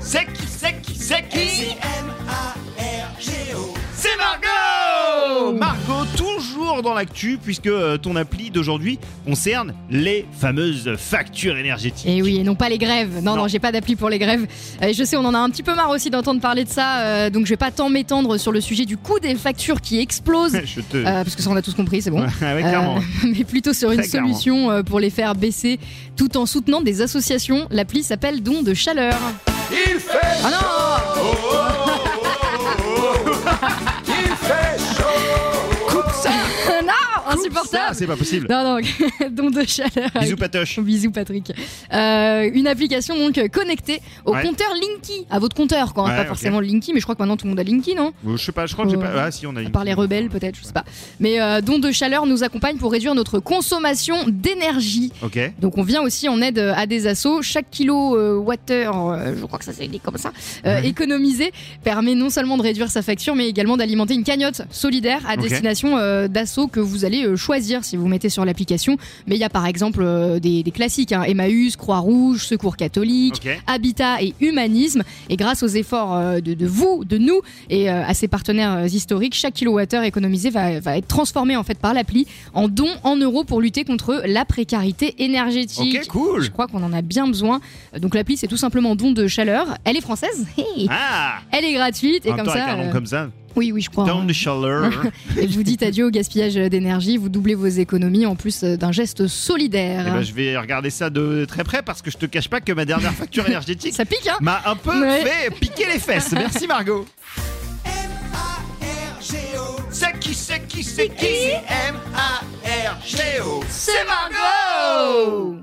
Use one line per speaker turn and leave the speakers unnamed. C'est qui, c'est qui, Eh, c'est qui
M-A-R-G-O.
C'est Margot Margot, toujours dans l'actu, puisque euh, ton appli d'aujourd'hui concerne les fameuses factures énergétiques.
Et oui, et non pas les grèves. Non,
Non.
non, j'ai pas d'appli pour les grèves. Euh, je sais, on en a un petit peu marre aussi d'entendre parler de ça, euh, donc je vais pas tant m'étendre sur le sujet du coût des factures qui explosent, euh,
Je te...
parce que ça on a tous compris, c'est bon.
Ouais, clairement.
Euh, mais plutôt sur une
Très clairement.
solution euh, pour les faire baisser tout en soutenant des associations. L'appli s'appelle Don de Chaleur.
Il fait
Ah non
Il fait
Non
Ça,
Insupportable
c'est pas possible.
Non, non, Don de Chaleur.
Bisous, Patoche.
Bisous Patrick. Euh, une application donc connectée au
Ouais.
compteur Linky, à votre compteur quand
Ouais,
pas
ok.
forcément Linky, mais je crois que maintenant tout le monde a Linky, non
Euh, Je sais pas, je crois que j'ai
Ouais.
pas. Ah, si, on a une.
À part les rebelles peut-être, je sais pas. Mais euh, Don de Chaleur nous accompagne pour réduire notre consommation d'énergie.
Ok.
Donc on vient aussi en aide euh, à des assos. Chaque kilo euh, water, euh, je crois que ça s'est dit comme ça, euh,
Ouais.
économisé permet non seulement de réduire sa facture, mais également d'alimenter une cagnotte solidaire à
Ok.
destination euh, d'assos que vous allez euh, choisir si vous mettez sur l'application. Mais il y a par exemple euh, des, des classiques, hein, Emmaüs, Croix-Rouge, Secours catholique.
Ok.
Habitat et Humanisme. Et grâce aux efforts euh, de, de vous, de nous et euh, à ses partenaires euh, historiques, chaque kilowattheure économisé va, va être transformé en fait par l'appli en dons en euros pour lutter contre la précarité énergétique.
Ok, cool.
Je crois qu'on en a bien besoin. Euh, Donc l'appli, c'est tout simplement don de chaleur. Elle est française. Hey.
Ah
Elle est gratuite et
En même
comme
temps,
ça.
avec un nom
euh,
comme ça.
Oui, oui, je crois.
Down
hein.
the chaleur.
Et vous dites adieu au gaspillage d'énergie, vous doublez vos économies en plus euh, d'un geste
Eh
solidaire.
ben, je vais regarder ça de très près parce que je te cache pas que ma dernière facture énergétique
Ça pique, hein
m'a un peu
Ouais.
fait piquer les fesses. Merci Margot.
M-A-R-G-O.
C'est qui, c'est qui, c'est qui
M-A-R-G-O.
C'est Margot